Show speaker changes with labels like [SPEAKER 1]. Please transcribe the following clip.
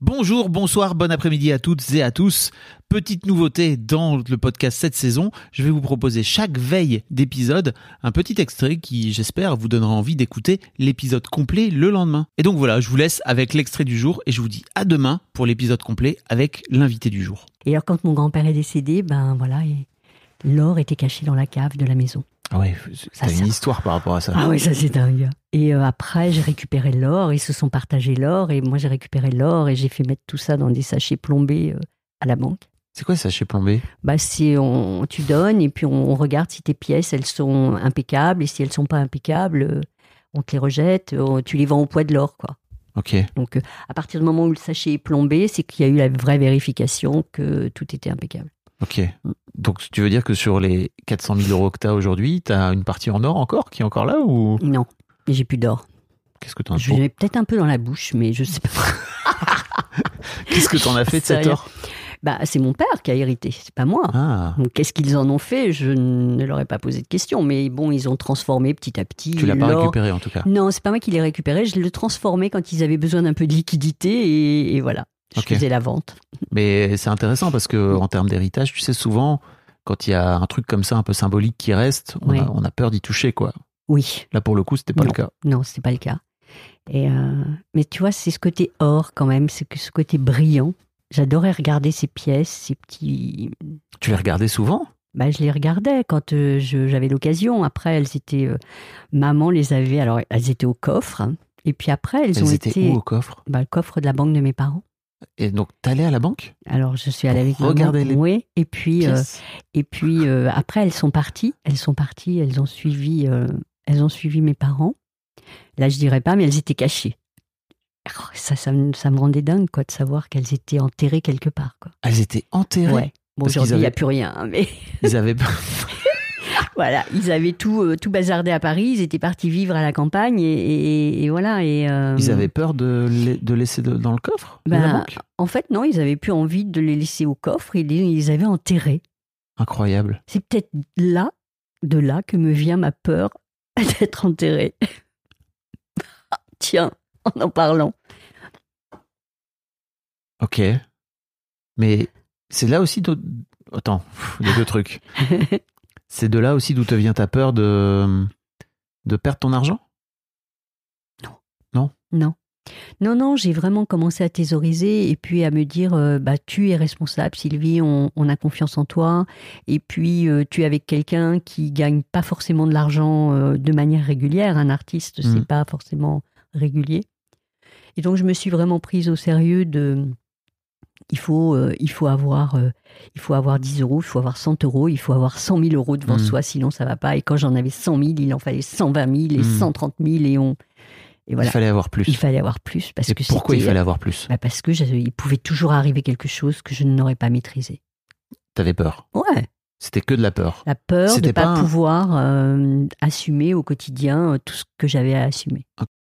[SPEAKER 1] Bonjour, bonsoir, bon après-midi à toutes et à tous. Petite nouveauté dans le podcast cette saison, je vais vous proposer chaque veille d'épisode un petit extrait qui, j'espère, vous donnera envie d'écouter l'épisode complet le lendemain. Et donc voilà, je vous laisse avec l'extrait du jour et je vous dis à demain pour l'épisode complet avec l'invité du jour.
[SPEAKER 2] Et alors, quand mon grand-père est décédé, ben voilà, et l'or était caché dans la cave de la maison.
[SPEAKER 3] Ah ouais,
[SPEAKER 2] Ça, c'est-
[SPEAKER 3] histoire par rapport à ça.
[SPEAKER 2] Ah oui, ça c'est dingue. Et euh, après, j'ai récupéré l'or, ils se sont partagés l'or, et moi j'ai récupéré l'or, et j'ai fait mettre tout ça dans des sachets plombés euh, à la banque.
[SPEAKER 3] C'est quoi ça chez plombé
[SPEAKER 2] Bah, si on, tu donnes, et puis on, on regarde si tes pièces, elles sont impeccables, et si elles sont pas impeccables, euh, on te les rejette, euh, tu les vends au poids de l'or, quoi.
[SPEAKER 3] Ok.
[SPEAKER 2] Donc, euh, à partir du moment où le sachet est plombé, c'est qu'il y a eu la vraie vérification que tout était impeccable.
[SPEAKER 3] Ok. Donc tu veux dire que sur les 400 000 euros que t'as aujourd'hui, t'as une partie en or encore qui est encore là ou
[SPEAKER 2] Non, j'ai plus d'or.
[SPEAKER 3] qu'est-ce que t'en
[SPEAKER 2] Je l'ai peut-être un peu dans la bouche, mais je sais pas.
[SPEAKER 3] Qu'est-ce que t'en as fait de cet
[SPEAKER 2] Sérieux.
[SPEAKER 3] or
[SPEAKER 2] Bah, c'est mon père qui a hérité, c'est pas moi.
[SPEAKER 3] Ah.
[SPEAKER 2] Donc, qu'est-ce qu'ils en ont fait Je ne leur ai pas posé de questions. Mais bon, ils ont transformé petit à petit.
[SPEAKER 3] Tu l'as pas
[SPEAKER 2] l'or.
[SPEAKER 3] récupéré en tout cas.
[SPEAKER 2] Non, c'est pas moi qui l'ai récupéré. Je le transformais quand ils avaient besoin d'un peu de liquidité. Et, et voilà, je
[SPEAKER 3] Ok.
[SPEAKER 2] faisais la vente.
[SPEAKER 3] Mais c'est intéressant parce que en termes d'héritage, tu sais souvent quand il y a un truc comme ça un peu symbolique qui reste, on,
[SPEAKER 2] Ouais.
[SPEAKER 3] a, on a peur d'y toucher quoi.
[SPEAKER 2] Oui,
[SPEAKER 3] Là pour le coup, c'était pas le cas.
[SPEAKER 2] non, c'est pas le cas. Et euh, mais tu vois, c'est ce côté or quand même, c'est que ce côté brillant. J'adorais regarder ces pièces, ces petits.
[SPEAKER 3] Tu les regardais souvent
[SPEAKER 2] Bah, je les regardais quand euh, je- j'avais l'occasion. Après, elles étaient. euh, Maman les avait. Alors, elles étaient au coffre. hein. Et puis après, elles, ont
[SPEAKER 3] Elles étaient
[SPEAKER 2] été.
[SPEAKER 3] où au coffre
[SPEAKER 2] Bah, le coffre de la banque de mes parents.
[SPEAKER 3] Et donc t'allais à la banque
[SPEAKER 2] Alors je suis allée
[SPEAKER 3] Pour
[SPEAKER 2] avec maman.
[SPEAKER 3] regarder les
[SPEAKER 2] Oui, et puis euh,
[SPEAKER 3] Pièces
[SPEAKER 2] et puis euh, après elles sont parties, elles sont parties, elles ont suivi euh, elles ont suivi mes parents. Là je dirais pas mais elles étaient cachées. Oh, ça ça me, ça me rendait dingue quoi de savoir qu'elles étaient enterrées quelque part quoi.
[SPEAKER 3] Elles étaient enterrées.
[SPEAKER 2] Ouais. Bon
[SPEAKER 3] Parce qu'ils
[SPEAKER 2] aujourd'hui il n'y a
[SPEAKER 3] avaient-
[SPEAKER 2] plus rien hein, mais
[SPEAKER 3] Ils avaient
[SPEAKER 2] voilà, ils avaient tout euh, tout bazardé à Paris, ils étaient partis vivre à la campagne et, et- et voilà et euh,
[SPEAKER 3] Ils avaient peur de, la- de laisser de- dans le coffre de la
[SPEAKER 2] Bah,
[SPEAKER 3] banque
[SPEAKER 2] en fait non, ils avaient plus envie de les laisser au coffre, ils les- ils les avaient enterrées.
[SPEAKER 3] Incroyable.
[SPEAKER 2] C'est peut-être là, de là, que me vient ma peur d'être enterrée. Ah, Tiens, en en parlant.
[SPEAKER 3] Ok. Mais c'est là aussi. d'où- Attends, pff, les deux trucs. C'est de là aussi d'où te vient ta peur de, de perdre ton argent
[SPEAKER 2] non. Non, non, j'ai vraiment commencé à thésauriser et puis à me dire, euh, bah, tu es responsable, Sylvie, on, on a confiance en toi. Et puis, euh, tu es avec quelqu'un qui gagne pas forcément de l'argent euh, de manière régulière. Un artiste,
[SPEAKER 3] Mhm.
[SPEAKER 2] c'est pas forcément régulier. Et donc, je me suis vraiment prise au sérieux de, il faut, euh, il faut avoir, euh, il faut avoir 10 euros, il faut avoir 100 euros, il faut avoir 100 000 euros devant
[SPEAKER 3] Mm.
[SPEAKER 2] soi, sinon ça va pas. Et quand j'en avais 100 000, il en fallait 120 000 et
[SPEAKER 3] Mm.
[SPEAKER 2] 130 000 et on, et voilà.
[SPEAKER 3] Il fallait avoir plus.
[SPEAKER 2] Il fallait avoir plus parce
[SPEAKER 3] Et
[SPEAKER 2] que
[SPEAKER 3] pourquoi il
[SPEAKER 2] c'était-
[SPEAKER 3] fallait avoir plus
[SPEAKER 2] Bah, parce que je- il pouvait toujours arriver quelque chose que je n'aurais pas maîtrisé.
[SPEAKER 3] T'avais peur.
[SPEAKER 2] Ouais.
[SPEAKER 3] C'était que de la peur.
[SPEAKER 2] La peur de
[SPEAKER 3] C'était
[SPEAKER 2] ne pas,
[SPEAKER 3] pas un-
[SPEAKER 2] pouvoir euh, assumer au quotidien euh, tout ce que j'avais à assumer.